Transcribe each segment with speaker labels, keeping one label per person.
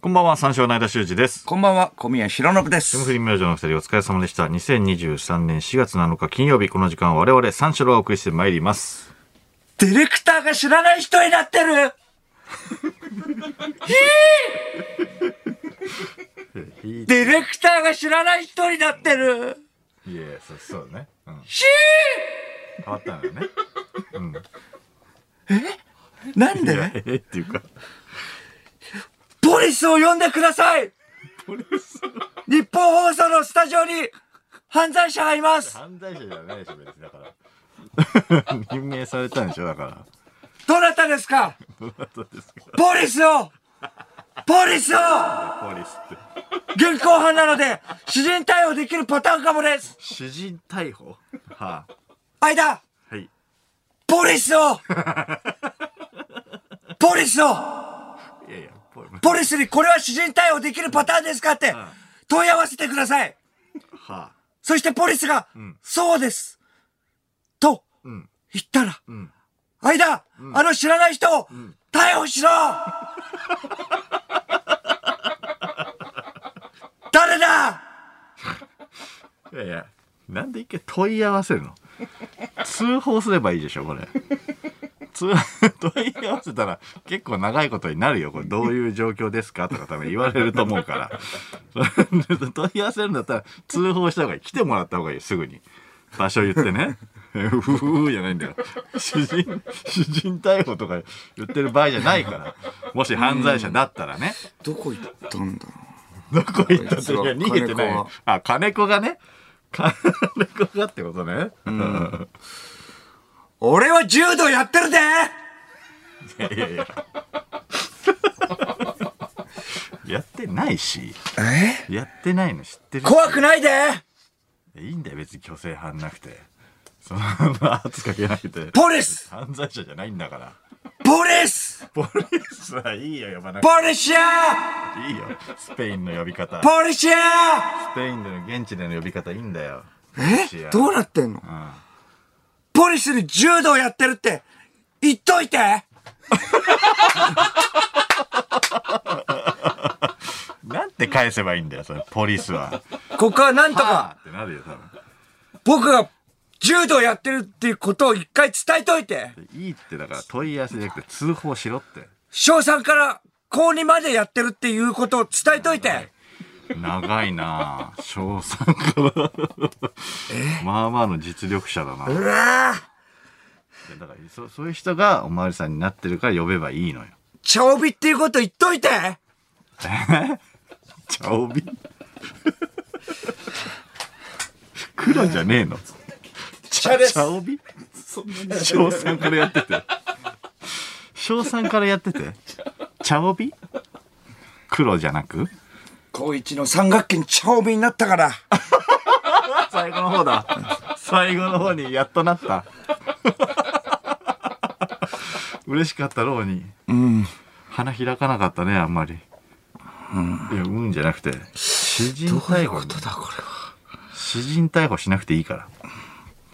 Speaker 1: こんばんは、三照の間修二です。
Speaker 2: こんばんは、小宮弘信で
Speaker 1: 霜
Speaker 2: す。
Speaker 1: 降り明星のお二人お疲れ様でした。2023年4月7日金曜日、この時間は我々三照をお送りしてまいります。
Speaker 2: ディレクターが知らない人になって る
Speaker 1: い
Speaker 2: ディレクターが知らない人になってる
Speaker 1: や、そうそうね。うん、
Speaker 2: ひ
Speaker 1: 変わったのよね。
Speaker 2: ーなんで
Speaker 1: えっていうか。
Speaker 2: ポリスを呼んでください日本放送のスタジオに犯罪者がいます
Speaker 1: 犯罪者じゃないでしょ、別に。だから。 任命されたんでしょ、だから。
Speaker 2: どなたですか
Speaker 1: どうだったんですか
Speaker 2: ポリスをポリスを
Speaker 1: ポリスって。
Speaker 2: 現行犯なので、私人対応できるパターンかもです
Speaker 1: 主人逮捕は
Speaker 2: 間
Speaker 1: あ、はい。
Speaker 2: ポリ スをポリスを
Speaker 1: いやいや、ポリス。
Speaker 2: ポリスにこれは私人対応できるパターンですかって問い合わせてください。
Speaker 1: はあ。
Speaker 2: そしてポリスが、そうです。と
Speaker 1: うん。
Speaker 2: 言ったら、
Speaker 1: ん
Speaker 2: 間、あの知らない人を逮 捕しろ誰だ
Speaker 1: いやいや、なんで一回問い合わせるの通報すればいいでしょ、これ。通 問い合わせたら結構長いことになるよ。これどういう状況ですかとか多分言われると思うから。 問い合わせるんだったら通報した方がいい。来てもらった方がいい、すぐに。場所言ってね。うふふじゃないんだよ。主人、主人逮捕とか言ってる場合じゃないから。もし犯罪者だったらね。
Speaker 2: どこ行ったんだろ
Speaker 1: どこ行ったってい
Speaker 2: こ
Speaker 1: や
Speaker 2: いつは
Speaker 1: 逃げてない
Speaker 2: 金子は。
Speaker 1: あ、金子がね。金子がってことね。
Speaker 2: う俺は柔道やってるで
Speaker 1: いやいやいや。やってないし。
Speaker 2: え
Speaker 1: やってないの知ってる。
Speaker 2: 怖くないで
Speaker 1: いいんだよ、別に虚勢犯なくて。そのまま圧かけなくて。
Speaker 2: ポリス
Speaker 1: 犯罪者じゃないんだから。
Speaker 2: ポリス
Speaker 1: ポリスはいいよ、呼ばなく
Speaker 2: ポリシャー
Speaker 1: ていいよ。スペインの呼び方。ス
Speaker 2: ポリシャー
Speaker 1: ペインでの現地での呼び方いいんだよ。
Speaker 2: えどうなってんの
Speaker 1: うん
Speaker 2: ポリスに柔道やってるって言っといて
Speaker 1: なんて返せばいいんだよ、それ、ポリスは。
Speaker 2: ここはなんと
Speaker 1: あ
Speaker 2: か
Speaker 1: ってなるよ、多分。
Speaker 2: 僕が柔道やってるっていうことを一回伝えといて
Speaker 1: いいってだから問い合わせじゃなくて通報しろって。
Speaker 2: 翔さんから高2までやってるっていうことを伝えといて
Speaker 1: 長いなぁ。翔さんから。まあまあの実力者だな。いう
Speaker 2: わぁ
Speaker 1: やだからそそういう人がおまわりさんになってるから呼べばいいのよ。
Speaker 2: 茶帯っていうこと言っといて
Speaker 1: 茶帯黒じゃねえの。
Speaker 2: 茶です
Speaker 1: 茶帯翔さんからやってて。翔さんからやってて。茶帯黒じゃなく
Speaker 2: 高一の三学期に茶帯になったから
Speaker 1: 最後の方だ。最後の方にやっとなった。 嬉しかったろうに。
Speaker 2: うん
Speaker 1: 花開かなかったね、あんまり。いや、うんじゃなくて。詩人逮捕、
Speaker 2: だこれは
Speaker 1: 詩人逮捕しなくていいから。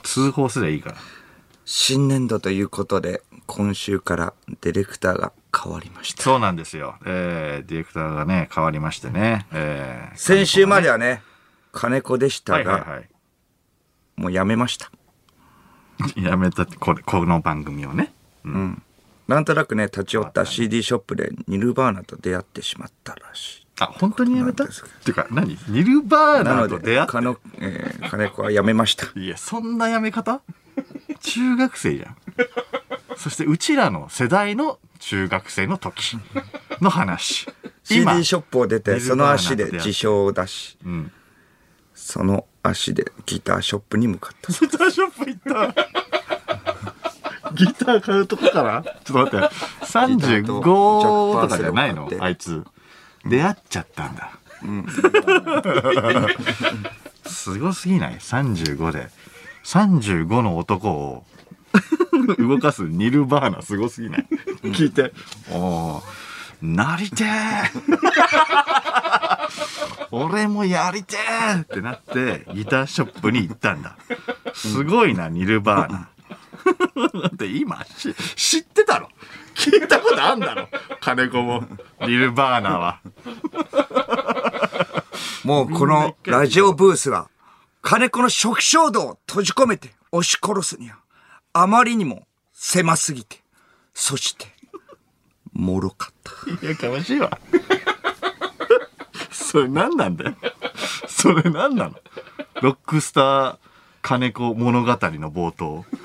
Speaker 1: 通報すりゃいいから。
Speaker 2: 新年度ということで今週からディレクターが変わりました
Speaker 1: そうなんですよ。えー、ディレクターがね、変わりましてね。えー、
Speaker 2: 先週まではね金子でした
Speaker 1: はい
Speaker 2: が、
Speaker 1: はいはい。
Speaker 2: もうやめました
Speaker 1: やめたって、これ、この番組をね。
Speaker 2: なんとなくね立ち寄った CD ショップでニルバーナと出会ってしまったらし
Speaker 1: あ、本当にやめたっ
Speaker 2: そうなんです
Speaker 1: ていうか、何ニルバー
Speaker 2: いな
Speaker 1: ナ
Speaker 2: の
Speaker 1: と
Speaker 2: で
Speaker 1: 出会った
Speaker 2: かの、えー金子は辞めました
Speaker 1: いや、そんなやめ方中学生じゃん。そして、うちらの世代の中学生の時の話。
Speaker 2: CD ショップを出て
Speaker 1: ニル
Speaker 2: そ
Speaker 1: バー
Speaker 2: の
Speaker 1: ナと
Speaker 2: 足で
Speaker 1: 出会った
Speaker 2: 自称を出し
Speaker 1: うん。
Speaker 2: その足でギターショップに向かった
Speaker 1: ギターショップ行った。ギター買うとこからちょっと待って。
Speaker 2: ーと
Speaker 1: 35とかじゃないの
Speaker 2: ジャックパーセルを買って
Speaker 1: あいつ。出会っちゃったんだ。すごすぎない ?35 で。35の男を 動かすニルバーナすごすぎない聞いて。おーなりてー俺もやりてーってなってギターショップに行ったんだ。 すごいな、ニルバーナ。だって今、し知ってたろ聞いたことあんだろ金子もリルバーナは
Speaker 2: もうこのラジオブースは、金子の食衝動を閉じ込めて押し殺すには、あまりにも狭すぎて、そして、脆かった。
Speaker 1: いや悲しいわ それ何なんだよそれ何なのロックスター金子物語の冒頭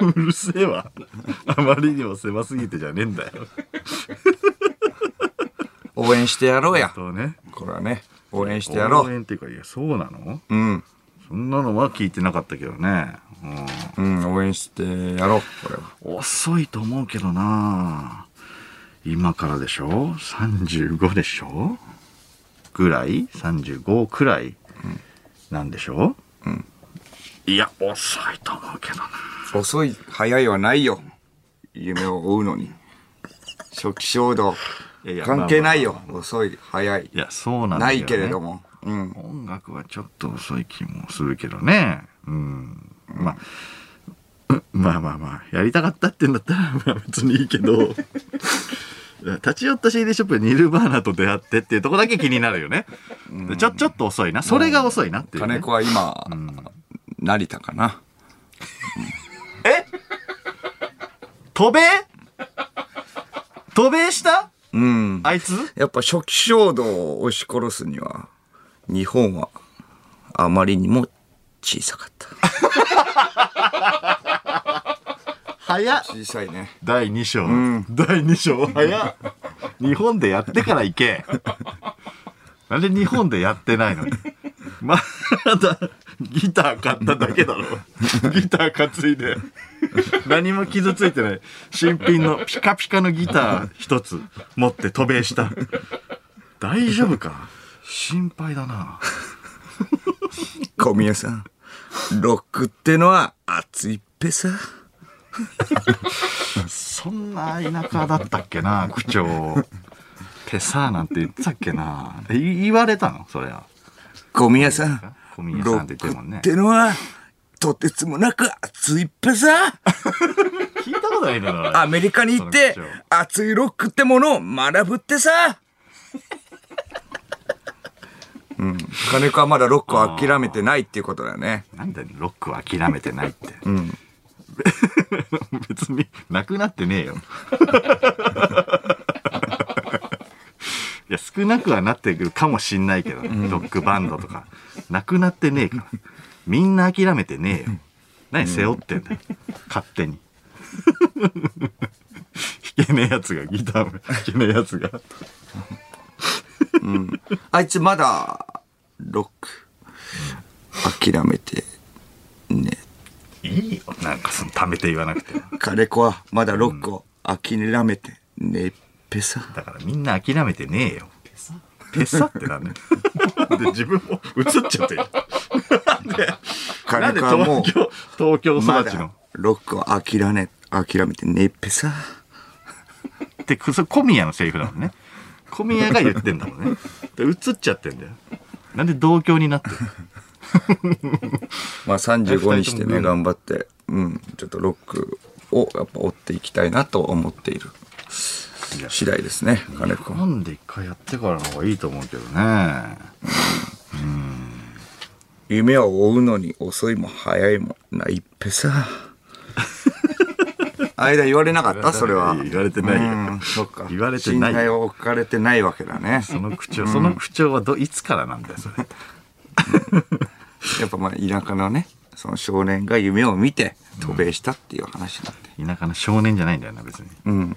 Speaker 1: うるせえわあまりにも狭すぎてじゃねえんだよ
Speaker 2: 応援してやろうや。
Speaker 1: とね
Speaker 2: これはね、応援してやろ
Speaker 1: 応
Speaker 2: う。
Speaker 1: 援っていうかいやそうなの
Speaker 2: うん。
Speaker 1: そんなのは聞いてなかったけどね、うん
Speaker 2: うん、応援してやろう、これは。
Speaker 1: 遅いと思うけどな今からでしょ35でしょぐらい35くらいなんでしょ、いや遅いと思うけどな
Speaker 2: 遅い、早いはないよ。夢を追うのに。初期衝動
Speaker 1: いやい。や
Speaker 2: 関係ないよ。遅い、早い
Speaker 1: い。やそうなんだ
Speaker 2: な
Speaker 1: よね
Speaker 2: いけれども。うん。
Speaker 1: 音楽はちょっと遅い気もするけどねうんまあうまあまあまあやりたかったってんだったら まあ別にいいけど立ち寄った CD ショップでニルバーナと出会ってっていうとこだけ気になるよね、でちょちょっと遅いなそれが遅いなっていう、ね、
Speaker 2: 金子は今、成田かな。
Speaker 1: 飛べ飛べした
Speaker 2: うん。
Speaker 1: あいつ
Speaker 2: やっぱ初期衝動を押し殺すには、日本はあまりにも小さかった。
Speaker 1: 早っ
Speaker 2: 小さいね。
Speaker 1: 第2章、第2章早っ日本でやってから行けなんで日本でやってないのにまだギター買っただけだろギター担いで何も傷ついてない新品のピカピカのギター一つ持って渡米した大丈夫か心配だな
Speaker 2: 小宮さん、ロックってのは熱いっぺさ。
Speaker 1: そんな田舎だったっけな区長ペサーなんて言ってたっけなえ言われたのそれは
Speaker 2: 小宮さん、
Speaker 1: 小宮
Speaker 2: ロ
Speaker 1: さんって
Speaker 2: ッ
Speaker 1: 言っても
Speaker 2: クっ
Speaker 1: ね
Speaker 2: てのはとてつもなく熱いっぺさ。
Speaker 1: 聞いたことないんだな
Speaker 2: アメリカに行って
Speaker 1: その口調
Speaker 2: 熱いロックってものを学ぶってさ。うん、金子はまだロックを諦めてないっていうことだね。
Speaker 1: なんでロックを諦めてないって、別になくなってねえよいや少なくはなってくるかもしんないけどね、ロックバンドとかなくなってねえからみんな諦めてねえよ何背負ってんだよ、勝手に 弾けねえやつがギターも弾けねえやつが
Speaker 2: あいつまだ、ロック、諦めて、ね。
Speaker 1: いいよなんかそのためて言わなくても
Speaker 2: 彼子はまだロックを諦めて、ねっぺさ。
Speaker 1: だからみんな諦めてねえよ。ペサペサってなんだ よ。で、自分も映っちゃってる。なん
Speaker 2: 彼
Speaker 1: で
Speaker 2: 子はもう
Speaker 1: 東、京、東京
Speaker 2: ま
Speaker 1: 育ちの
Speaker 2: だ。ロックを諦め、諦めてねっぺさ。
Speaker 1: で、くそれ小宮のセリフだもんね。小宮が言ってんだもんね。で、映っちゃってんだよ。なんで同居になってる
Speaker 2: まあ35にし
Speaker 1: 二人
Speaker 2: て
Speaker 1: とも
Speaker 2: ね、
Speaker 1: 軍
Speaker 2: 頑張って、うん、ちょっとロックをやっぱ追っていきたいなと思っている
Speaker 1: いや
Speaker 2: 次第ですね、金子。
Speaker 1: 飲んで一回やってからの方がいいと思うけどね。
Speaker 2: 夢を追うのに遅いも早いもないっぺさ。間言われなかったそれは。
Speaker 1: 言われてないよ
Speaker 2: うんそっか。
Speaker 1: 言われてないよ
Speaker 2: 信頼を置かれてないわけだね。
Speaker 1: その口調、その口調はど、いつからなんだよ、それ。
Speaker 2: やっぱまあ田舎のね、その少年が夢を見て渡米したっていう話になって。
Speaker 1: 田舎の少年じゃないんだよな、別に。
Speaker 2: うん。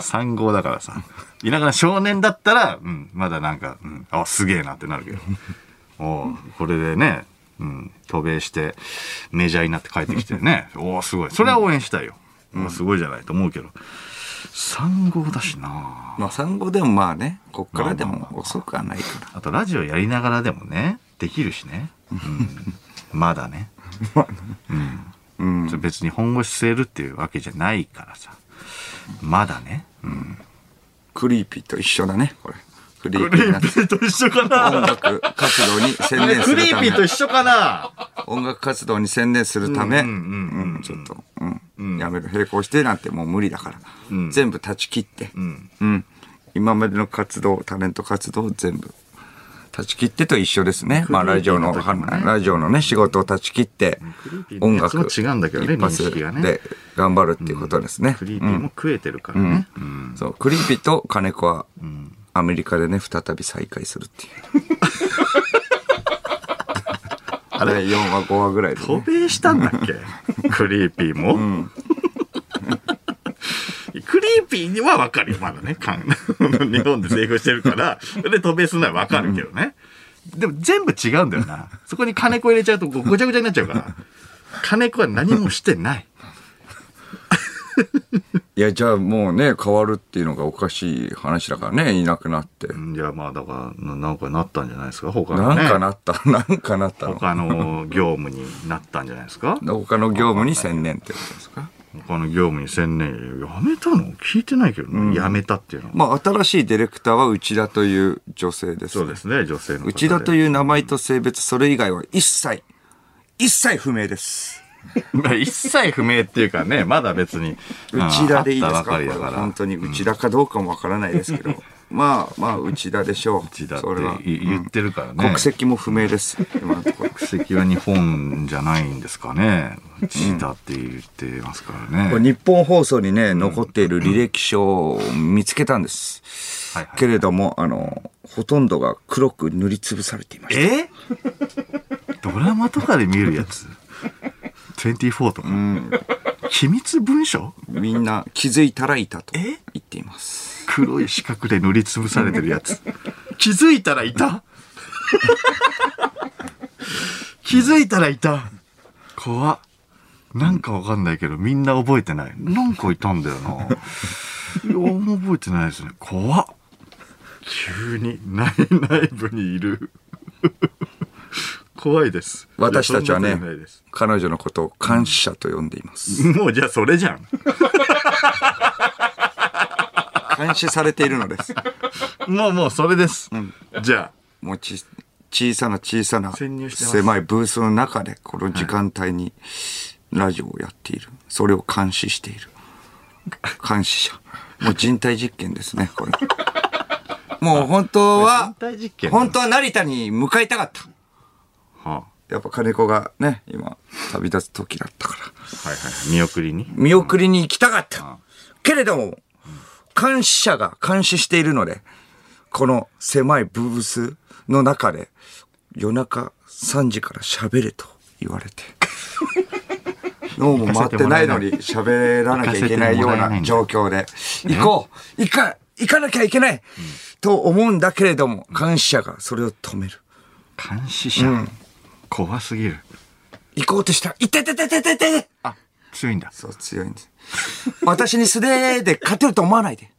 Speaker 1: 三号だからさ。田舎の少年だったら、うん、まだなんか、うん、あ、すげえなってなる けど。おうこれでね、うん、渡米して、メジャーになって帰ってきて ね。おおすごい。それは応援したいよ。まあすごいじゃないと思うけど。三号だしな
Speaker 2: まあ産後でもまあね、こっからでも遅くはないから。
Speaker 1: あと、ラジオやりながらでもね、できるしね。うん、まだね。
Speaker 2: うん。
Speaker 1: それ別に本腰据えるっていうわけじゃないからさ。まだね。
Speaker 2: クリーピーと一緒だね、これ。クリー
Speaker 1: ク
Speaker 2: ピ
Speaker 1: リ
Speaker 2: ー
Speaker 1: ー
Speaker 2: な
Speaker 1: ピーと一緒か
Speaker 2: 音
Speaker 1: な
Speaker 2: 楽活動に専
Speaker 1: あれ
Speaker 2: 念す
Speaker 1: ク
Speaker 2: る
Speaker 1: リ
Speaker 2: た
Speaker 1: ーピーと
Speaker 2: め
Speaker 1: 一緒かな
Speaker 2: 音楽活動に専念するためうんちょっとうんやめる並行してなんてもう無理だから全部断ち切ってうん今までの活動タレント活動を全部断ち切ってと一緒ですねまあラジオのラジオのね仕事を断ち切って
Speaker 1: クリーピーの
Speaker 2: 音
Speaker 1: やつ
Speaker 2: 楽
Speaker 1: も違うんだけどね
Speaker 2: 一発
Speaker 1: 認識がね
Speaker 2: で頑張るっていうことですね
Speaker 1: クリーピーも食えてるからね。うん
Speaker 2: そう、クリーピーと金子は、アメリカでね、再び再会するっていう。 あれ ?4 話、5話ぐらいで、
Speaker 1: 渡
Speaker 2: ね。
Speaker 1: 米したんだっけクリーピーも、クリーピーにはわかるよ、まだね。韓 日本で成功してるから、で、渡米するのはわかるけどね。でも全部違うんだよな。そこに金子入れちゃうとごちゃごちゃになっちゃうから。金子は何もしてない。
Speaker 2: いや、じゃあもうね、変わるっていうのがおかしい話だからね、いなくなって。
Speaker 1: いや、まあ、だから、ななんかなったんじゃないですか、他
Speaker 2: な
Speaker 1: の、
Speaker 2: ん
Speaker 1: ね。
Speaker 2: かなった、なんかなったの。
Speaker 1: 他の業務になったんじゃないですか。
Speaker 2: 他の業務に専念ってことですか。
Speaker 1: 他の業務に専念。やめたの聞いてないけどね、やめたっていうのは。
Speaker 2: まあ、新しいディレクターは内田という女性です。
Speaker 1: そうですね、女性の方で。
Speaker 2: 内田という名前と性別、それ以外は一切、一切不明です。
Speaker 1: まあ一切不明っていうかね、まだ別に。
Speaker 2: 内田でいいです
Speaker 1: あ
Speaker 2: か
Speaker 1: ったばかりだか
Speaker 2: これ本
Speaker 1: ら。
Speaker 2: 当に内田かどうかもわからないですけど、まあまあ内田でしょう
Speaker 1: 内田っ
Speaker 2: それは
Speaker 1: てい言ってるからね。
Speaker 2: 国籍も不明です今のところ
Speaker 1: 国籍は日本じゃないんですかね。内田って言ってますからね。
Speaker 2: これ日本放送にね残っている履歴書を見つけたんです
Speaker 1: はいはい
Speaker 2: けれどもあのほとんどが黒く塗りつぶされていました
Speaker 1: えドラマとかで見るや つ ?24 とか。秘密文書
Speaker 2: みんな気づいたらいたと言
Speaker 1: え
Speaker 2: っています
Speaker 1: 黒い四角で塗りつぶされてるや つ。気づいたらい た気づいたらいた怖っなんかわかんないけど、みんな覚えてない。なんかいたんだよ な。いや、あんま覚えてないですね。怖っ急に内内部にいる。 怖いです。
Speaker 2: 私たちはい
Speaker 1: や
Speaker 2: ね
Speaker 1: そんなことないです
Speaker 2: 彼女のことを感謝と呼んでいます
Speaker 1: もうじゃあそれじ ゃん。
Speaker 2: 監視されているのです
Speaker 1: もうもうそれです。じゃあ。
Speaker 2: もうち小さな小さな
Speaker 1: 潜入してます
Speaker 2: 狭いブースの中でこの時間帯にラジオをやっている、それを監視している監視者もう人体実験ですねこれもう本当は
Speaker 1: 体実験
Speaker 2: 本当は成田に向かいたかった
Speaker 1: は
Speaker 2: やっぱ金子がね今旅立つ時だったから
Speaker 1: あ、はいはい。見送りに。
Speaker 2: 見送りに行きたかった。けれども、監視者が監視しているので、この狭いブースの中で、夜中3時から喋れと言われ て。脳も回ってないのに喋らなきゃいけないような状況で、行こう行か、行かなきゃいけないと思うんだけれども、監視者がそれを止める。
Speaker 1: 監視者、怖すぎる
Speaker 2: 行こうとしたら、いてててててて
Speaker 1: あ強いんだ
Speaker 2: そう、強いんです。 私に素手で勝てると思わないで。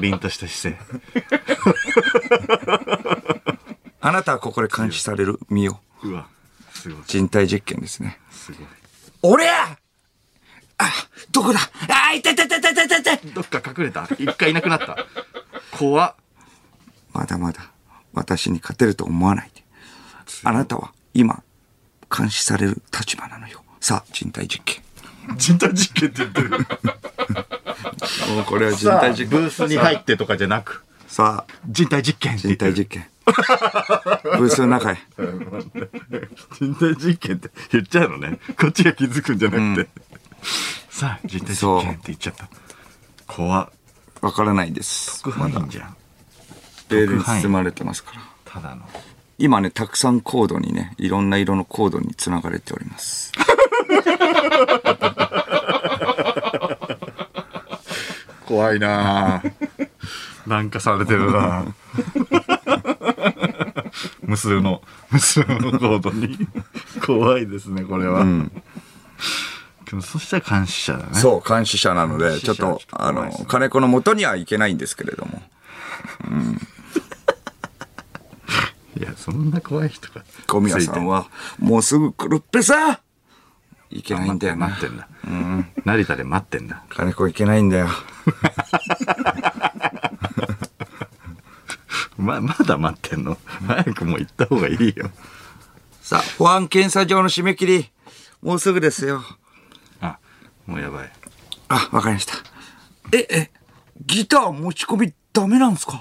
Speaker 1: 凛とした姿勢
Speaker 2: あなたはここで監視される身を。
Speaker 1: うわすごい
Speaker 2: 人体実験ですね。
Speaker 1: すごい
Speaker 2: 俺やあ、どこだあ、いててててててて
Speaker 1: どっか隠れた一回いなくなった怖っ
Speaker 2: まだまだ私に勝てると思わないで。あなたは今、監視される立場なのよ。さあ、人体実験。
Speaker 1: 人体実験って言ってる
Speaker 2: これは人
Speaker 1: さあ
Speaker 2: 体
Speaker 1: ブ
Speaker 2: 実験。
Speaker 1: ースに入ってとかじゃなく
Speaker 2: さあ、
Speaker 1: 人体実験って言
Speaker 2: 人
Speaker 1: ってる
Speaker 2: 体実 験。ブースの中へ。
Speaker 1: 人体実験って言っちゃうのねこっちが気づくんじゃなくて、さあ人体実験って言っちゃった怖っ
Speaker 2: わからないです。
Speaker 1: 特派員じゃん
Speaker 2: ベールに包まれてますから。
Speaker 1: ただの
Speaker 2: 今ね、たくさんコードにね、いろんな色のコードにつながれております。
Speaker 1: 怖いなぁなんかされてるな ぁ無数の無数のコードに怖いですねこれは、でもそしたら監視者だね
Speaker 2: そう、監視者なので、
Speaker 1: 視
Speaker 2: ちょ
Speaker 1: 者
Speaker 2: っと
Speaker 1: ちょっ、と
Speaker 2: あ
Speaker 1: 怖い
Speaker 2: の
Speaker 1: ですね、
Speaker 2: 金子の元には行けないんですけれども。
Speaker 1: いやそんな怖い人が
Speaker 2: 小宮さんは、もうすぐ来るってさ行け
Speaker 1: つい
Speaker 2: な
Speaker 1: て
Speaker 2: いんだよ
Speaker 1: 待っ
Speaker 2: な。
Speaker 1: てんだ、成田で待ってんだ
Speaker 2: 金子行けないんだよ。
Speaker 1: ままだ待ってんの早くもう行った方がいいよ
Speaker 2: さあ、保安検査場の締め切り、もうすぐですよ。
Speaker 1: あもうやばい
Speaker 2: あ、わかりました。え、え、ギター持ち込みダメなんすか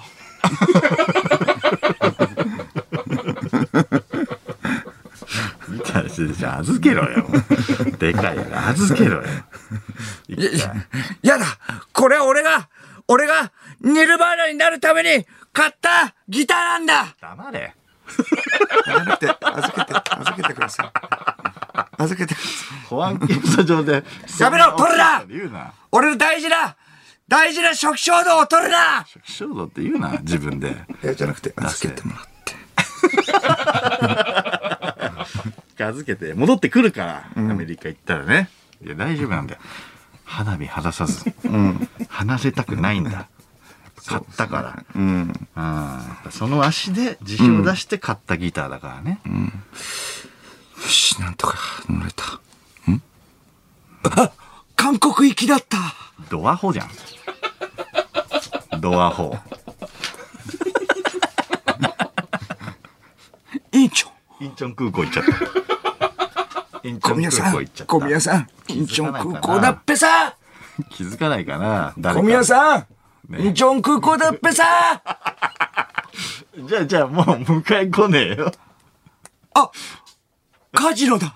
Speaker 1: 見たらしじゃあ預けろよでかいから預けろよ
Speaker 2: いやいややだこれは俺が、俺が、ニルバーナになるために買ったギターなんだ
Speaker 1: 黙れ
Speaker 2: やらなくて、預けて、預けてください。預けてください。
Speaker 1: 保安検査場で
Speaker 2: やめろ取るな
Speaker 1: 言うな
Speaker 2: 俺の大事な、大事な食衝動を取るな
Speaker 1: ショートって言うな自分で
Speaker 2: いや、じゃなくて、
Speaker 1: せ
Speaker 2: 預けてもらって。
Speaker 1: 預けて戻ってくるから、アメリカ行ったらねいや大丈夫なんだよ花火離さず、離せたくないんだ買ったからそ,、その足で自信を出して買ったギターだからね、
Speaker 2: よし、なんとか乗れた。んあ韓国行きだった
Speaker 1: ドアホじゃんドアホ
Speaker 2: 委員長
Speaker 1: インチョン空港行っちゃったイ ンチ
Speaker 2: 小
Speaker 1: ョン
Speaker 2: 宮さ
Speaker 1: 空
Speaker 2: ん
Speaker 1: 港行っちゃった
Speaker 2: 小宮さんインチョン空港だっぺさ
Speaker 1: 気づかないかな誰か
Speaker 2: 小宮さん
Speaker 1: ね
Speaker 2: インチョン空港だっぺさ
Speaker 1: じゃあじゃあもう迎え来ねえよ
Speaker 2: あカジノだ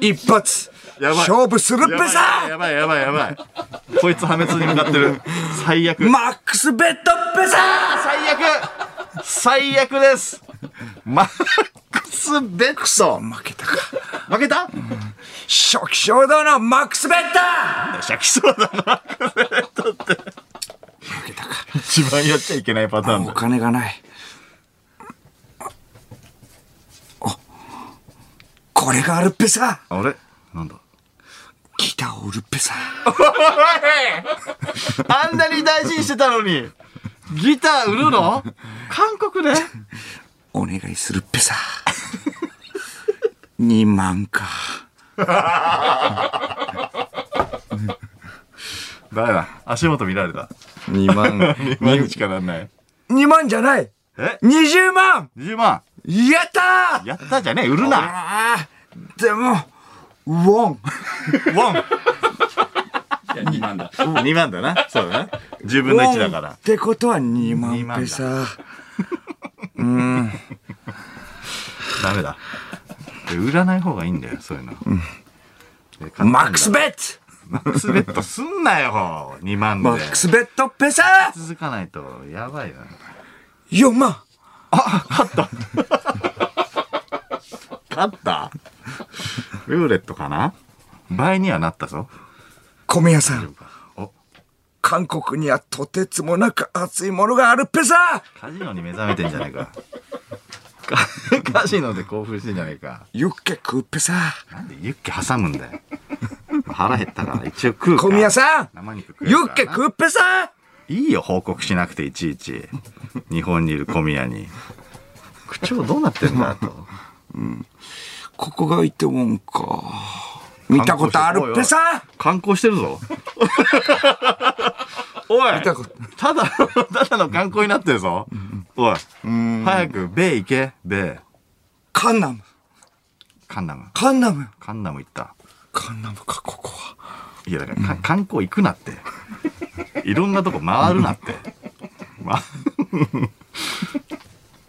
Speaker 2: 一発一
Speaker 1: やばい
Speaker 2: 発勝負するっぺさ
Speaker 1: やばいやばいやばいやばいこいつ破滅に向かってる最悪
Speaker 2: マックスベッドっぺさ
Speaker 1: 最悪最悪ですマックス・ベッソ
Speaker 2: 負けたか
Speaker 1: 負けた
Speaker 2: 初期衝動のマックスベッド
Speaker 1: シャキそうだなマックス・ベッソって
Speaker 2: 負けたか
Speaker 1: 一番やっちゃいけないパターン
Speaker 2: お
Speaker 1: だ
Speaker 2: 金がないあこれがあるっぺさ
Speaker 1: あれなんだ
Speaker 2: ギターを売るっぺさ
Speaker 1: あんなに大事にしてたのにギター売るの韓国で
Speaker 2: お願いするっぺ さ2万か
Speaker 1: ダメだ足元見られ た
Speaker 2: 2万
Speaker 1: 2万にしかなんない
Speaker 2: 2万じゃない
Speaker 1: え
Speaker 2: 20万
Speaker 1: 20万
Speaker 2: やったー
Speaker 1: やったじゃねえ売るな
Speaker 2: あーでもウォン
Speaker 1: ウォン2万だ2万だなそうだな10分の1だか
Speaker 2: ウォン
Speaker 1: ら
Speaker 2: ってことは2
Speaker 1: 二
Speaker 2: 万
Speaker 1: 万
Speaker 2: ペさ
Speaker 1: ダメだ売らない方がいいんだよそういうの、で買ったんだ
Speaker 2: マックスベット
Speaker 1: マックスベットすんなよ2万で
Speaker 2: マックスベットっぺさ
Speaker 1: 続かないとやばいな
Speaker 2: 4万
Speaker 1: 勝ったルーレットかな倍にはなったぞ
Speaker 2: 小宮さん
Speaker 1: お
Speaker 2: 韓国にはとてつもなく熱いものがあるっぺさ
Speaker 1: カジノに目覚めてんじゃないかカ カジノで興奮してんじゃないか
Speaker 2: ユッケ食うっぺさ
Speaker 1: なんでユッケ挟むんだよ腹減ったから一応食うか
Speaker 2: 小宮さん
Speaker 1: 生肉食える
Speaker 2: ユ
Speaker 1: から
Speaker 2: ッ
Speaker 1: な
Speaker 2: ケ食うっぺさ
Speaker 1: いいよ報告しなくていちいち 日本にいる小宮に口調どうなってんだ と
Speaker 2: ここがイテウォンか見たことあるっぺさ
Speaker 1: 観光してるぞ おい
Speaker 2: 見たこと
Speaker 1: ただの ただの観光になってるぞ、おい早く米行け米
Speaker 2: カンナム
Speaker 1: カンナム
Speaker 2: カンナム
Speaker 1: カンナム行った
Speaker 2: カンナムかここはい
Speaker 1: やだからか観光行くなっていろんなとこ回るな って、 ま、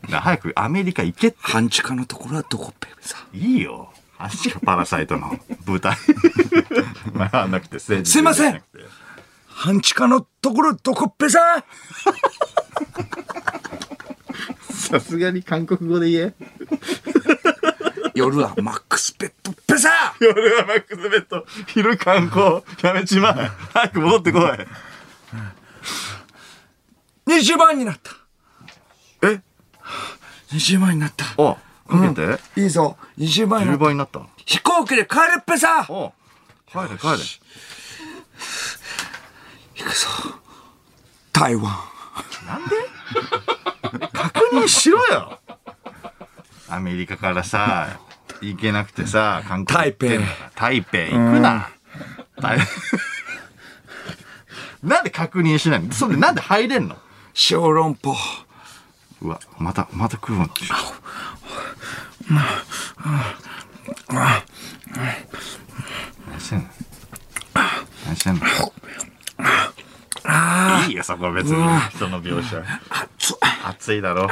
Speaker 1: な早くアメリカ行けって
Speaker 2: 半地下のところはどこっぺさ
Speaker 1: いいよ。アシカパラサイトの舞台。まあ、なくて、す
Speaker 2: すいません半地下のところどこっぺさ
Speaker 1: さすがに韓国語で言え。
Speaker 2: 夜はマックスベッドっぺさ
Speaker 1: 夜はマックスベッド、昼観光、やめちまえ。早く戻ってこい。
Speaker 2: 20万になった
Speaker 1: え
Speaker 2: 20万になった
Speaker 1: あ、かけて、
Speaker 2: いいぞ20万にな
Speaker 1: ?10
Speaker 2: った
Speaker 1: 倍になった。
Speaker 2: 飛行機で帰るっぺさ
Speaker 1: あ、帰れ帰れ。
Speaker 2: 行くぞ台湾
Speaker 1: 確認しろよ。アメリカからさ、行けなくてさ、韓国行ってんだから。台北行くな。台 なんで確認しないのそんでなんで入れんの
Speaker 2: 小籠包。
Speaker 1: うわ、また、また食うの。何してんの何してんのいいよ、そこは別に。人の描写。
Speaker 2: つ
Speaker 1: 暑いだろ。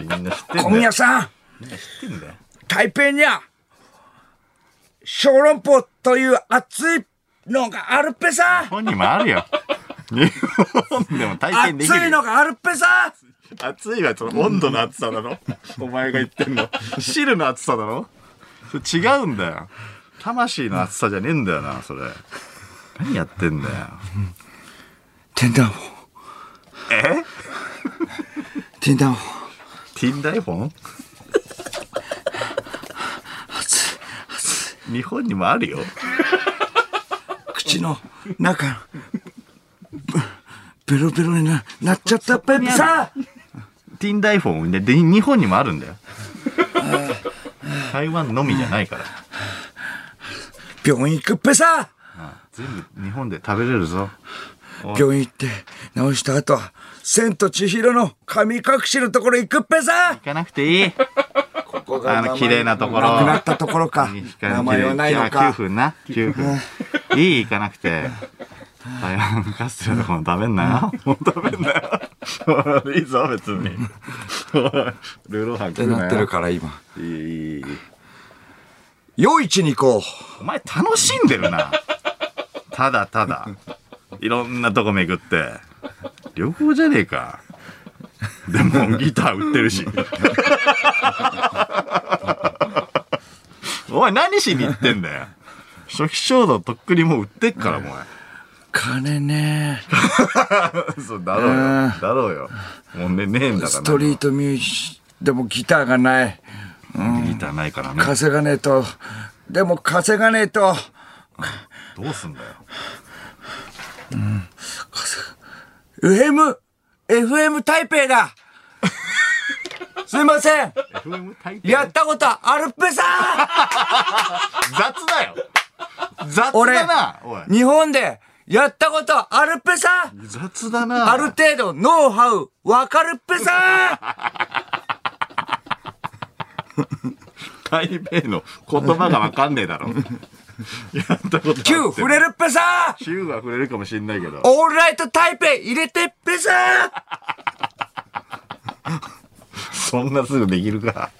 Speaker 1: みんな知ってんだよ。
Speaker 2: 小宮さん、
Speaker 1: みんな知ってんだよ。
Speaker 2: 台北には、小籠包という熱いのがあるっぺさ
Speaker 1: 日本にもあるよ。日本でも体験でき
Speaker 2: 熱
Speaker 1: るよ。
Speaker 2: いのがあるっぺさ
Speaker 1: 暑いはその温度の暑さだろ。 お前が言ってんの。汁の暑さだろ。それ違うんだよ。魂の暑さじゃねえんだよな、それ。何やってんだよ。
Speaker 2: 天ンダーフォン、
Speaker 1: え
Speaker 2: テンダーフ
Speaker 1: ティンダイフォン
Speaker 2: 熱
Speaker 1: 日本にもあるよ。
Speaker 2: い、口の中、ベロベロにななっちゃったっぺさ
Speaker 1: ティンダイフォンでで日本にもあるんだよ。台湾のみじゃないから。
Speaker 2: 病院行くっぺさ
Speaker 1: 全部日本で食べれるぞ。
Speaker 2: 病院行って治した後は、千と千尋の神隠しのところ行くっぺさ
Speaker 1: 行かなくて いい。
Speaker 2: ここ
Speaker 1: あの綺麗なところ
Speaker 2: なくなったところか。名前はないの
Speaker 1: 9
Speaker 2: か。
Speaker 1: 分な。9分。いい、行かなくて。台湾カステラとかも食べんなよ。もう食べんなよ。 いいぞ、別に。ルーローハン
Speaker 2: って
Speaker 1: 食うな
Speaker 2: な
Speaker 1: よ。
Speaker 2: ってるから今。
Speaker 1: いいいいいい。
Speaker 2: 夜市に行こう。
Speaker 1: お前楽しんでるな。ただただ。いろんなとこ巡って。旅行じゃねえか。でもギター売ってるし。お前何しに行ってんだよ。初期衝動とっくにもう売ってっから、お前。
Speaker 2: 金ね。
Speaker 1: そうだろうよ。だろうよ。もうね、ねえんだから。
Speaker 2: ストリートミュージでもギターがない。
Speaker 1: ギターないからね。
Speaker 2: 稼がねえと。でも稼がねえと。
Speaker 1: どうすんだよ。
Speaker 2: FM、FM 台北 だ。すいません。
Speaker 1: FM 台北
Speaker 2: やったことあるっぺさ
Speaker 1: 雑だよ。雑
Speaker 2: 俺
Speaker 1: だな、おい。
Speaker 2: 日本でやったことあるっぺさ
Speaker 1: 雑だな。
Speaker 2: ある程度ノウハウわかるっ ぺさ
Speaker 1: 台北の言葉がわかんねえ だろ。やったことあって
Speaker 2: キュー触れるっぺさ
Speaker 1: キューは触れるかもしんないけど。
Speaker 2: オールライト台北入れてっぺさ
Speaker 1: そんなすぐできるか。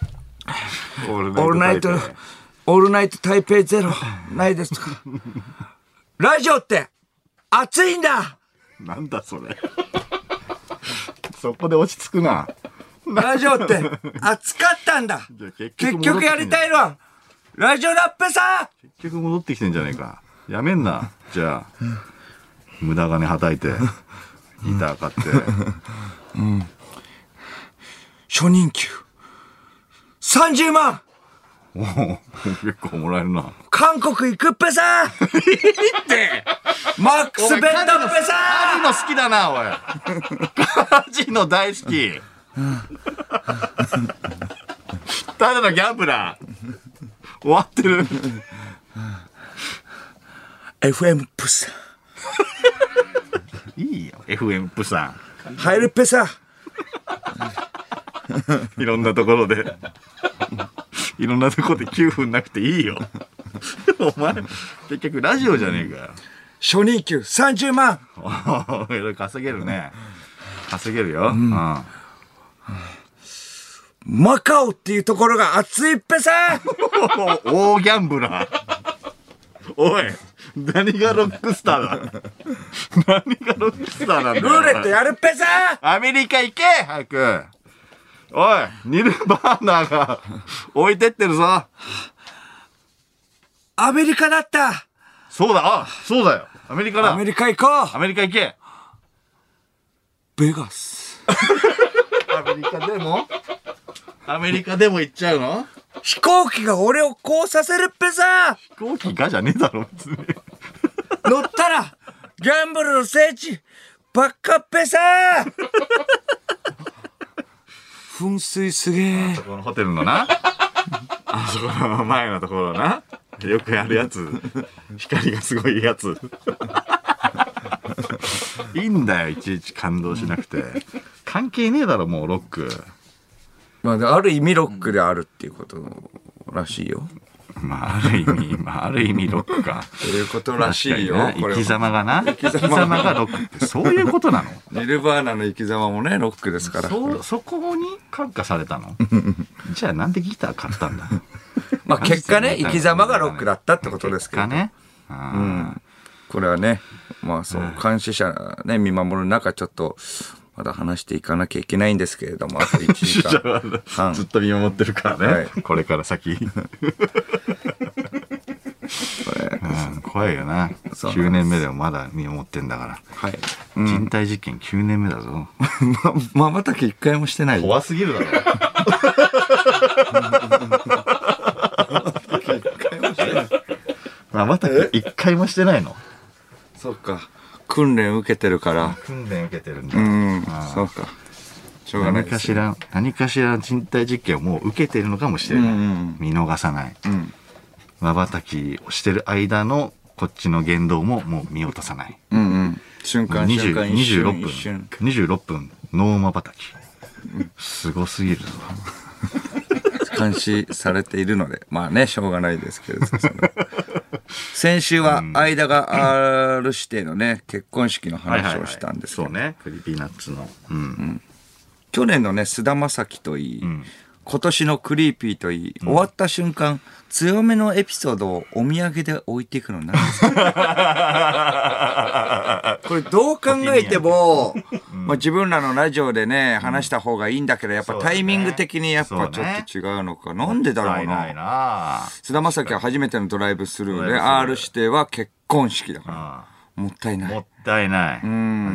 Speaker 1: オ
Speaker 2: オー
Speaker 1: ー
Speaker 2: ル
Speaker 1: ル
Speaker 2: ナ
Speaker 1: ナ
Speaker 2: イ
Speaker 1: イ
Speaker 2: ト
Speaker 1: ト台北。、
Speaker 2: オールナイト台北ゼロ、ないですかラジオって、熱いんだ
Speaker 1: なんだそれ。そこで落ち着くな。
Speaker 2: ラジオって、熱かったんだ
Speaker 1: じゃあ
Speaker 2: 結局やりたいのは、ラジオラッペさ
Speaker 1: 結局戻ってきてんじゃねえか。やめんな。じゃあ、無駄金はたい て、ギター買って。
Speaker 2: 初任給、30万
Speaker 1: おお結構もらえるな。
Speaker 2: 韓国行くっぺさいいってマックスベンダッペ
Speaker 1: カジ
Speaker 2: さ
Speaker 1: ノ好きだな、おい。カジノ大好き。ただのギャンブラー。終わってる。
Speaker 2: !FM プス、
Speaker 1: いいよ。FM プさ
Speaker 2: 入るっぺさ
Speaker 1: ん。いろんなところで。いろんなところで9分なくていいよ。お前、結局ラジオじゃねえかよ。
Speaker 2: 初任給30万
Speaker 1: おーいろいろ稼げるね。稼げるよ。うん。
Speaker 2: マカオっていうところが熱いっぺさ
Speaker 1: 大ギャンブラー。おい、何がロックスターだ何がロックスターなんだ
Speaker 2: ルーレットやるっぺさ
Speaker 1: アメリカ行け早くおい、ニルバーナーが置いてってるぞ
Speaker 2: アメリカだった
Speaker 1: そうだ、あ、そうだよアメリカだ
Speaker 2: アメリカ行こ
Speaker 1: アメリカ行け
Speaker 2: うベガス。
Speaker 1: アメリカでもアメリカでも行っちゃうの
Speaker 2: 飛行機が俺をこうさせるっぺさ
Speaker 1: 飛行機がじゃねえだろ、別に。
Speaker 2: 乗ったら、ギャンブルの聖地、バッカっぺさ噴水すげえ。
Speaker 1: このホテルのな。 あそこの前のところな。よくやるやつ。光がすごいやつ。 いいんだよ、いちいち感動しなくて。関係ねえだろ、もうロック。
Speaker 2: まあ、ある意味ロックであるっていうことらしいよ。
Speaker 1: まあ、ある意味、まあ、ある意味ロックか。
Speaker 2: ということらしいよ。
Speaker 1: 確かにね
Speaker 2: これ
Speaker 1: 生き様がな。生き
Speaker 2: き様が
Speaker 1: 様がロックって、そういうことなの
Speaker 2: ニルバーナの生き様もね、ロックですから。
Speaker 1: そうそこに感化された のじゃあなんでギター買ったんだ
Speaker 2: まあ結果ね、生き様がロックだったってことですけど
Speaker 1: か。ねあー
Speaker 2: これはね、まあそう、監視者ね、見守る中、ちょっと、まだ話していかなきゃいけないんですけれども、あと1時
Speaker 1: じゃ
Speaker 2: 間。
Speaker 1: あずっと見守ってるからね、
Speaker 2: はい
Speaker 1: これから先うん怖いよな
Speaker 2: そう
Speaker 1: 9年目でもまだ見守ってんだから、
Speaker 2: はい。
Speaker 1: 人体実験9年目だぞ
Speaker 2: ま、まばたき一回もしてない。
Speaker 1: 怖すぎ るだろまばたき一回もしてないの
Speaker 2: そうか。訓練受けてるから。
Speaker 1: 訓練受けてるんだ、
Speaker 2: うん、そうか。しょうがない
Speaker 1: 何
Speaker 2: で
Speaker 1: か
Speaker 2: す
Speaker 1: し
Speaker 2: ね。
Speaker 1: ら、何かしら人体実験をもう受けているのかもしれない。見逃さない。瞬きをしてる間のこっちの言動ももう見落とさない。
Speaker 2: うんうん。瞬間瞬
Speaker 1: 20
Speaker 2: 間一瞬
Speaker 1: 26
Speaker 2: 一
Speaker 1: 分
Speaker 2: 瞬。、
Speaker 1: 26分、ノーまばたき。すごすぎるぞ。
Speaker 2: 監視されているので、 まあね、しょうがないですけれど も。その先週は、間が R 指定のね、結婚式の話をしたんです
Speaker 1: そ
Speaker 2: けど
Speaker 1: う、ね。クリーピーナッツの。うん。
Speaker 2: 去年のね、菅田将暉といい、今年のクリーピーといい、終わった瞬間、強めのエピソードをお土産で置いていくのなんです かこれどう考えても、まあ、自分らのラジオでね、話した方がいいんだけど、やっぱ
Speaker 1: そうだ
Speaker 2: タ
Speaker 1: ね
Speaker 2: イミング的にやっ
Speaker 1: そ
Speaker 2: ぱ
Speaker 1: う
Speaker 2: ちょ
Speaker 1: ね
Speaker 2: っと違うのか。なんでだろう
Speaker 1: ないな
Speaker 2: な。
Speaker 1: あ
Speaker 2: 菅田将暉は初めてのドライブスルー
Speaker 1: ド
Speaker 2: で、
Speaker 1: ライ
Speaker 2: R
Speaker 1: ブ
Speaker 2: 指定は結婚式だか
Speaker 1: あ
Speaker 2: ら。もったい
Speaker 1: あ
Speaker 2: な
Speaker 1: も
Speaker 2: い
Speaker 1: っ。たいない。初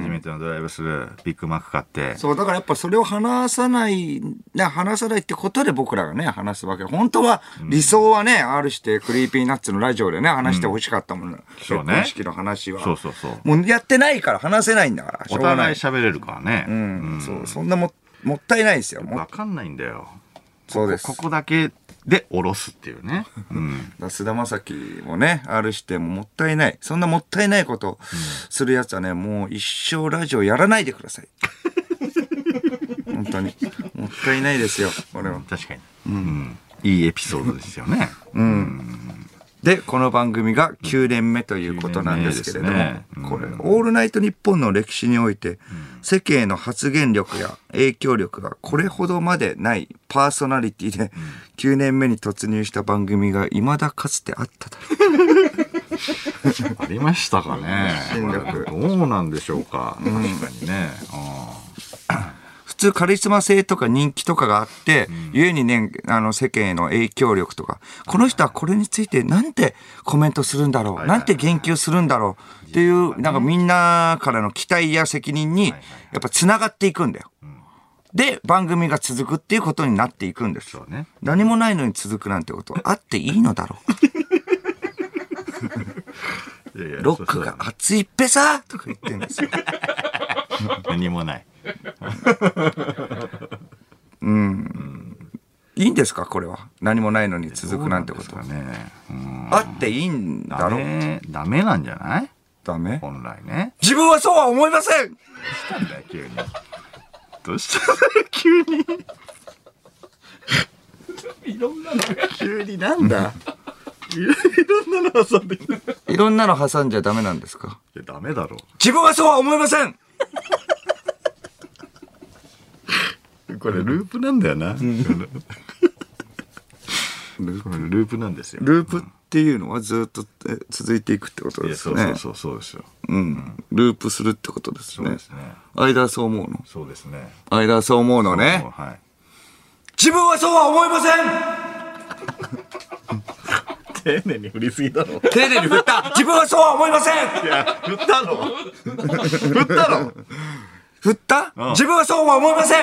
Speaker 1: めてのドライブするビッグマック買って。
Speaker 2: そう、だからやっぱそれを話さない、ね、話さないってことで僕らがね、話すわけ。本当は、理想はね、R して、クリーピーナッツのラジオでね、話してほしかったもんね。結
Speaker 1: そうね
Speaker 2: 婚式の話は。
Speaker 1: そうそうそう
Speaker 2: もうやってないから話せないんだから。しょ
Speaker 1: お
Speaker 2: うがな
Speaker 1: 互い
Speaker 2: い。
Speaker 1: 喋れるからね。
Speaker 2: うん、そう、そんなも、もったいないですよ。も
Speaker 1: わかんないんだよ。
Speaker 2: そうです。
Speaker 1: ここだけで下ろすっていうね。うん。
Speaker 2: だ菅田将暉もね、R してももったいない。そんなもったいないことをするやつはね、もう一生ラジオやらないでく ださい。本当に。もったいないですよ、これは。
Speaker 1: 確かに。うん。いいエピソードですよね。
Speaker 2: で、この番組が9年目ということなんですけれど
Speaker 1: 9
Speaker 2: も、
Speaker 1: 年目ですね
Speaker 2: これ、オールナイトニッポンの歴史において、世間への発言力や影響力がこれほどまでないパーソナリティで、9年目に突入した番組が未だかつてあっただろう。
Speaker 1: ありましたかね。
Speaker 2: 新力
Speaker 1: どうなんでしょうか。確かにね。あ
Speaker 2: 普通カリスマ性とか人気とかがあって、ゆえにね、あの世間への影響力とか、この人はこれについてなんてコメントするんだろう、
Speaker 1: いはい
Speaker 2: なんて言及するんだろうっていう、なんかみんなからの期待や責任に、やっぱ繋がっていくんだよ。で、番組が続くっていうことになっていくんです
Speaker 1: そうね。
Speaker 2: 何もないのに続くなん てことはあっていいのだろう。
Speaker 1: いやいや
Speaker 2: ロックが。熱いっぺさとか言ってんですよ。
Speaker 1: そうそう何もない。
Speaker 2: いいんですかこれは。何もないのに続くなんてこと
Speaker 1: どう。なんですかね。うん。
Speaker 2: あっていいんだ
Speaker 1: ダ
Speaker 2: ろう。
Speaker 1: メ、ダメなんじゃない
Speaker 2: ダメ
Speaker 1: 本来ね。
Speaker 2: 自分はそうは思いません
Speaker 1: なんだよ急に。どうしたんだよ急に。 いろんなの急になんだ。 いろいろんなの遊んできた。い
Speaker 2: いろんなの挟んじゃダメなんですか
Speaker 1: やダメだろ。
Speaker 2: 自分はそうは思いません
Speaker 1: これループなんだよな。このこれループなんですよ。
Speaker 2: ループっていうのはずっとえ続いていくってこと
Speaker 1: い
Speaker 2: で
Speaker 1: や
Speaker 2: す
Speaker 1: そ
Speaker 2: ね。
Speaker 1: うそうそうそうですよ。
Speaker 2: うん。ループするってことです
Speaker 1: そう
Speaker 2: ね
Speaker 1: です。ね。
Speaker 2: 間はそう思うの
Speaker 1: そうですね。
Speaker 2: 間はそう思うの
Speaker 1: もう
Speaker 2: ね。
Speaker 1: はい。
Speaker 2: 自分はそうは思いませ
Speaker 1: 丁寧に振りすぎだろ。
Speaker 2: ん丁寧に振った自分はそうは思いません
Speaker 1: いや振ったろ。振ったろ。
Speaker 2: 振った
Speaker 1: うん
Speaker 2: 自分はそうは思いません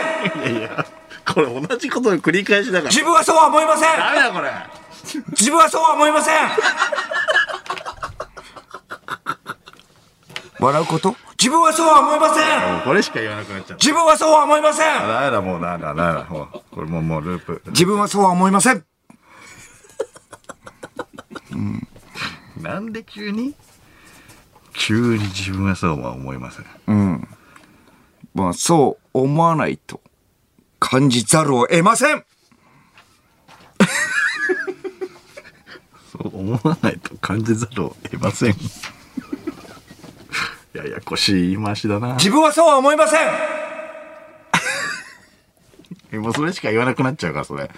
Speaker 1: いやいやこれ同じことの繰り返しだから。
Speaker 2: 自分はそうは思いません
Speaker 1: ダメだこれ。
Speaker 2: 自分はそうは思いません笑うこと自分はそうは思いません
Speaker 1: もうこれしか言わなくなっちゃう。
Speaker 2: 自分はそうは思いません
Speaker 1: ダメだもうなんだなんだもうこれもうもうループ。
Speaker 2: 自分はそうは思いません
Speaker 1: なんで急に急に自分がそうは思いません。
Speaker 2: うん。まあ、そう思わないと感じざるを得ません
Speaker 1: そう思わないと感じざるを得ません。 ややこしい言い回しだな。
Speaker 2: 自分はそうは思いません
Speaker 1: もうそれしか言わなくなっちゃうから、それ。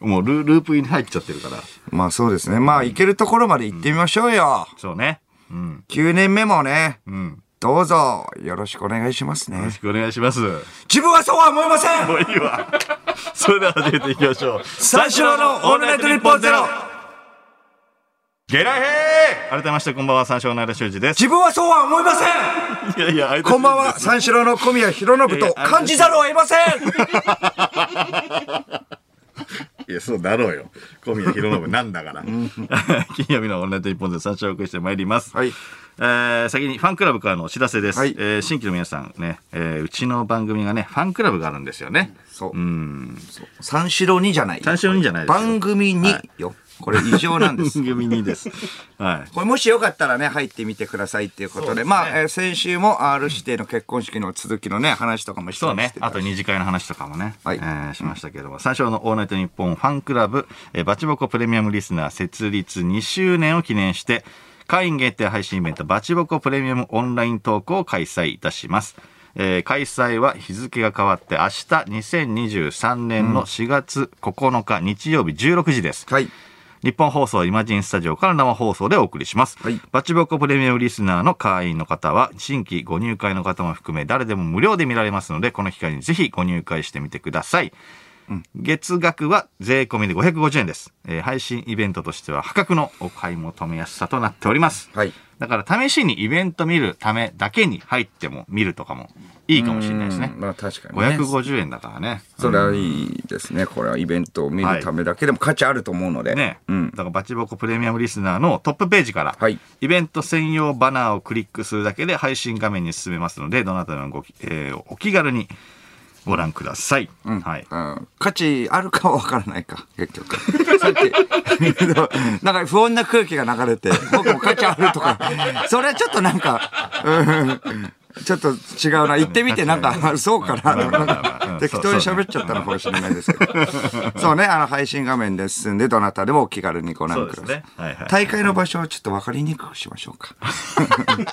Speaker 1: もうルループに入っちゃってるから。
Speaker 2: まあそうですね。まあ、行けるところまで行ってみましょうよ。
Speaker 1: そうね。うん。
Speaker 2: 9年目もね、
Speaker 1: うん。
Speaker 2: どうぞよろしくお願いします
Speaker 1: よろ
Speaker 2: ね。
Speaker 1: しくお願いします。も
Speaker 2: 自分はそうは思いません
Speaker 1: ういいわ。 それでは始めていきましょう。
Speaker 2: 三四郎のオールナイトニッポンゼロ
Speaker 1: ゲラヘー改めまして、こんばんは、三四郎の間修二です。
Speaker 2: 自分はそうは思いません
Speaker 1: いやいや、
Speaker 2: こんばんは、三四郎の小宮弘信と感じざるを得ません
Speaker 1: いや、そうだろうよ。小宮宏信なん だから。金曜日のオンライト日本で三社をお送りしてまいります。
Speaker 2: はい
Speaker 1: えー先にファンクラブからのお知らせです。
Speaker 2: はい
Speaker 1: えー新規の皆さんね、えーうちの番組がね、ファンクラブがあるんですよね。
Speaker 2: そう
Speaker 1: うん。
Speaker 2: 三四郎にじゃない。
Speaker 1: 三四郎にじゃないですよ
Speaker 2: 番組によ。これ異常なんです
Speaker 1: 番。組にです。はい。
Speaker 2: これもしよかったらね、入ってみてくださいっていうことで、
Speaker 1: そうですね
Speaker 2: まあ、えー先週も R 指定の結婚式の続きのね、話とかもして
Speaker 1: そう
Speaker 2: ま
Speaker 1: ね
Speaker 2: し。て。
Speaker 1: あと二次会の話とかもね、
Speaker 2: はい
Speaker 1: えーしましたけれども、三章のオールナイトニッポンファンクラブ、えーバチボコプレミアムリスナー設立2周年を記念して、会員限定配信イベントバチボコプレミアムオンライントークを開催いたします。えー開催は日付が変わって明日2023年の4月9日日曜日16時です。
Speaker 2: はい。
Speaker 1: 日本放送イマジンスタジオから生放送でお送りします、
Speaker 2: はい
Speaker 1: バチボコプレミアムリスナーの会員の方は新規ご入会の方も含め誰でも無料で見られますのでこの機会にぜひご入会してみてください、月額は税込みで550円です、えー配信イベントとしては破格のお買い求めやすさとなっております、
Speaker 2: はい
Speaker 1: だから試しにイベント見るためだけに入っても見るとかもいいかもしれないですね
Speaker 2: うんまあ確かにね。
Speaker 1: 550円だからね
Speaker 2: それはいいですね。これはイベントを見るためだけでも価値あると思うので。
Speaker 1: ね、
Speaker 2: うん
Speaker 1: だ。からバチボコプレミアムリスナーのトップページから、
Speaker 2: はい
Speaker 1: イベント専用バナーをクリックするだけで配信画面に進めますのでどなたでもごき、えーお気軽にご覧ください、はい、
Speaker 2: うん価値あるかは分からないか、結局。さっき、 なんか不穏な空気が流れて、僕も価値あるとか、それはちょっとなんか、うん、ちょっと違うな。行ってみて、なんか、そうかなとか、なんか適当に喋っちゃったのかもしれないですけど。そうね、あの、配信画面で進んで、どなたでもお気軽にご覧くだ
Speaker 1: そう
Speaker 2: さ
Speaker 1: で
Speaker 2: い
Speaker 1: すねはいはい。
Speaker 2: 大会の場所をちょっと分かりにくくしましょうか。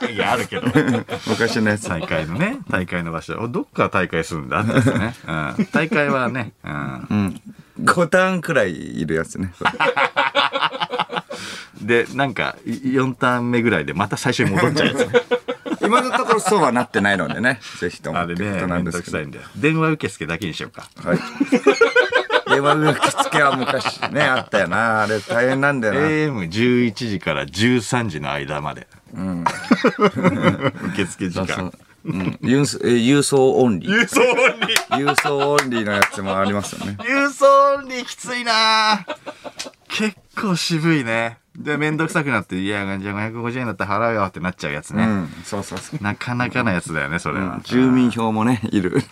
Speaker 1: いやあるけど
Speaker 2: 昔のやつ。
Speaker 1: 大会のね大会の場所おどっから大会するんだってやつ ね、うん、大会はね、うん
Speaker 2: 5ターンくらいいるやつね。
Speaker 1: でなんか4ターン目ぐらいでまた最初に戻っちゃうやつ ね
Speaker 2: 今のところそうはなってないのでね、ぜひとも
Speaker 1: あ
Speaker 2: って
Speaker 1: れ
Speaker 2: こ
Speaker 1: ね
Speaker 2: とな
Speaker 1: め
Speaker 2: ん
Speaker 1: ん
Speaker 2: で
Speaker 1: ど
Speaker 2: す
Speaker 1: く
Speaker 2: け
Speaker 1: さ
Speaker 2: ど
Speaker 1: い。んだよ電話受付だけにしようか
Speaker 2: はい。電話の受付は昔ね、あったよな。あれ大変なんだよな。
Speaker 1: AM11 時から13時の間まで。 受付時間。
Speaker 2: うん、郵送えー郵送オンリー。
Speaker 1: 郵送オンリー
Speaker 2: 郵送オンリーのやつもありますよね。
Speaker 1: 郵送オンリーきついな結構渋いね。で、めんどくさくなって、いや、じゃあ550円だったら払うよってなっちゃうやつ
Speaker 2: う
Speaker 1: ね。
Speaker 2: ん、そうそうそう。
Speaker 1: なかなかなやつだよね、それは。
Speaker 2: 住民票もね、いる。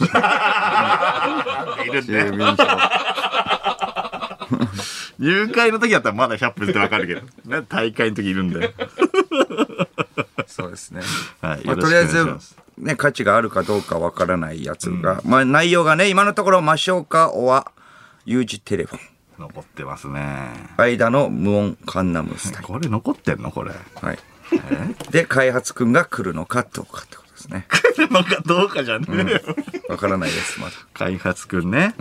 Speaker 1: いる
Speaker 2: 住
Speaker 1: ね。
Speaker 2: 民票。
Speaker 1: 入会の時だったらまだ100分ってわかるけど。なんで大会の時いるんだよ。
Speaker 2: そうです ね。
Speaker 1: はい
Speaker 2: ま
Speaker 1: よろしく
Speaker 2: あ、とりあえ
Speaker 1: お
Speaker 2: ず
Speaker 1: 願いします、
Speaker 2: ね、価値があるかどうかわからないやつが、まあ内容がね、今のところ、マシオカオア、ユージテレフォン、
Speaker 1: 残ってますね。
Speaker 2: 間の無音カンナムスタイル
Speaker 1: これ残ってんのこ れ。
Speaker 2: はい。で、開発くんが来るのかどうかってことですね。
Speaker 1: なんかどうかじゃねえよ。
Speaker 2: わからないです、まだ。
Speaker 1: 開発くんね。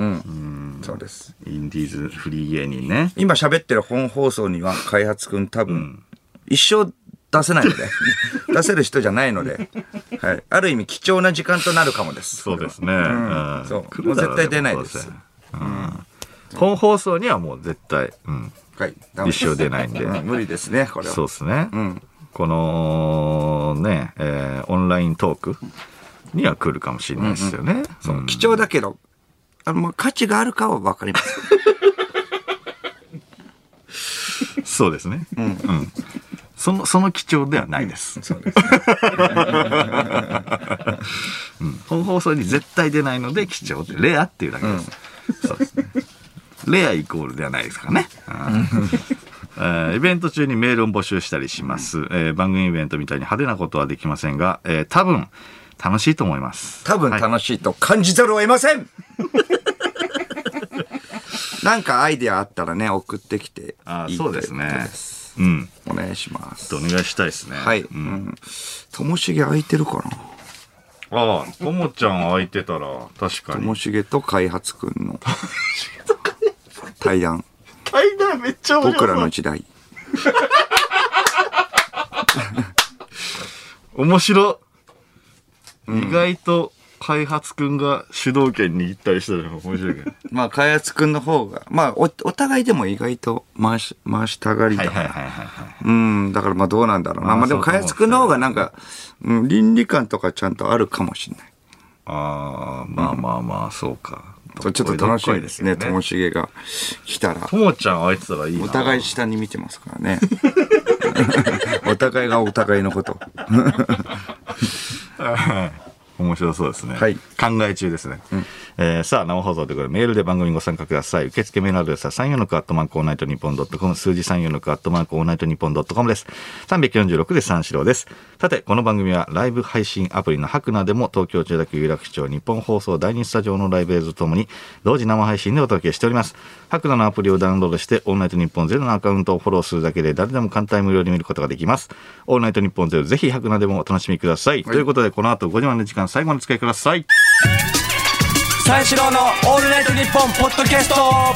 Speaker 2: そうです。
Speaker 1: インディーズフリー芸人ね。
Speaker 2: 今喋ってる本放送には開発くん多分、一生出せないので、 出せる人じゃないので、はい。ある意味貴重な時間となるかもです。
Speaker 1: そうですね。
Speaker 2: ん
Speaker 1: ん
Speaker 2: そう
Speaker 1: 来るだろ
Speaker 2: もう絶対出ないです
Speaker 1: どうせうん本放送にはもう絶対、うん、
Speaker 2: はい。
Speaker 1: 一生出ないんで
Speaker 2: う 無理ですね、これは。
Speaker 1: そうですね。
Speaker 2: ん
Speaker 1: このね、えーオンライントークには来るかもしれないですよね。そう
Speaker 2: 貴重だけど、あの、まあ価値があるかはわかります。
Speaker 1: そうですね。うん、そのその貴重ではないです。
Speaker 2: そうです。
Speaker 1: 本放送に絶対出ないので貴重ってレアっていうだけです。そうですね。レアイコールではないですからね。うんえーイベント中にメールを募集したりします、えー番組イベントみたいに派手なことはできませんが、えー多分楽しいと思います
Speaker 2: 多分楽しいと感じざるを得ません、なんかアイディアあったらね、送ってきて
Speaker 1: あ
Speaker 2: いい
Speaker 1: そうですね
Speaker 2: ということです
Speaker 1: うん
Speaker 2: お願いします。
Speaker 1: お願いしたいですね
Speaker 2: はい。うんともしげ空いてるか
Speaker 1: ああともちゃん空いてたら確か
Speaker 2: なと
Speaker 1: に
Speaker 2: もしげと開発くん の対談。
Speaker 1: 対談めっちゃ面白
Speaker 2: 僕ら
Speaker 1: そう
Speaker 2: の時代。
Speaker 1: 面白、意外と開発くんが主導権握ったりしたら面白いけど
Speaker 2: まあ、開発くんの方が、まあ、お、お互いでも意外と回し、回したがりだ。
Speaker 1: はいはいはい
Speaker 2: うん、だからまあどうなんだろうな。
Speaker 1: あー
Speaker 2: まあで
Speaker 1: そ
Speaker 2: も
Speaker 1: うか
Speaker 2: 開
Speaker 1: も
Speaker 2: 発くんの方がなんか、うん、倫理観とかちゃんとあるかもしれない。
Speaker 1: ああまあまあまあそうか
Speaker 2: そうちょっと楽しみですね、
Speaker 1: どっ
Speaker 2: と
Speaker 1: こい
Speaker 2: も
Speaker 1: どっこい
Speaker 2: しげが来たら
Speaker 1: と。もちゃん空いてたらいいな
Speaker 2: お互い下に見てますからね。 お互いがお互いのこと。
Speaker 1: 面白そうですね。
Speaker 2: はい
Speaker 1: 考え中ですね。えーさあ、生放送ということで、メールで番組にご参加ください。受付メールアドレスは346アットマークオールナイトニッポンドットコム、数字346アットマークオールナイトニッポンドットコムです。346で三四郎です。さて、この番組はライブ配信アプリのハクナでも東京千代田区有楽町日本放送第二スタジオのライブ映像とともに、同時生配信でお届けしております。ハクナのアプリをダウンロードして、オールナイトニッポンゼロのアカウントをフォローするだけで、誰でも簡単に無料で見ることができます。オールナイトニッポンゼロ、ぜひハクナでもお楽しみください。ということで、この後5時までの時間、最後までお付き合いください。
Speaker 3: 三四郎のオールナイトニッポンポッドキャスト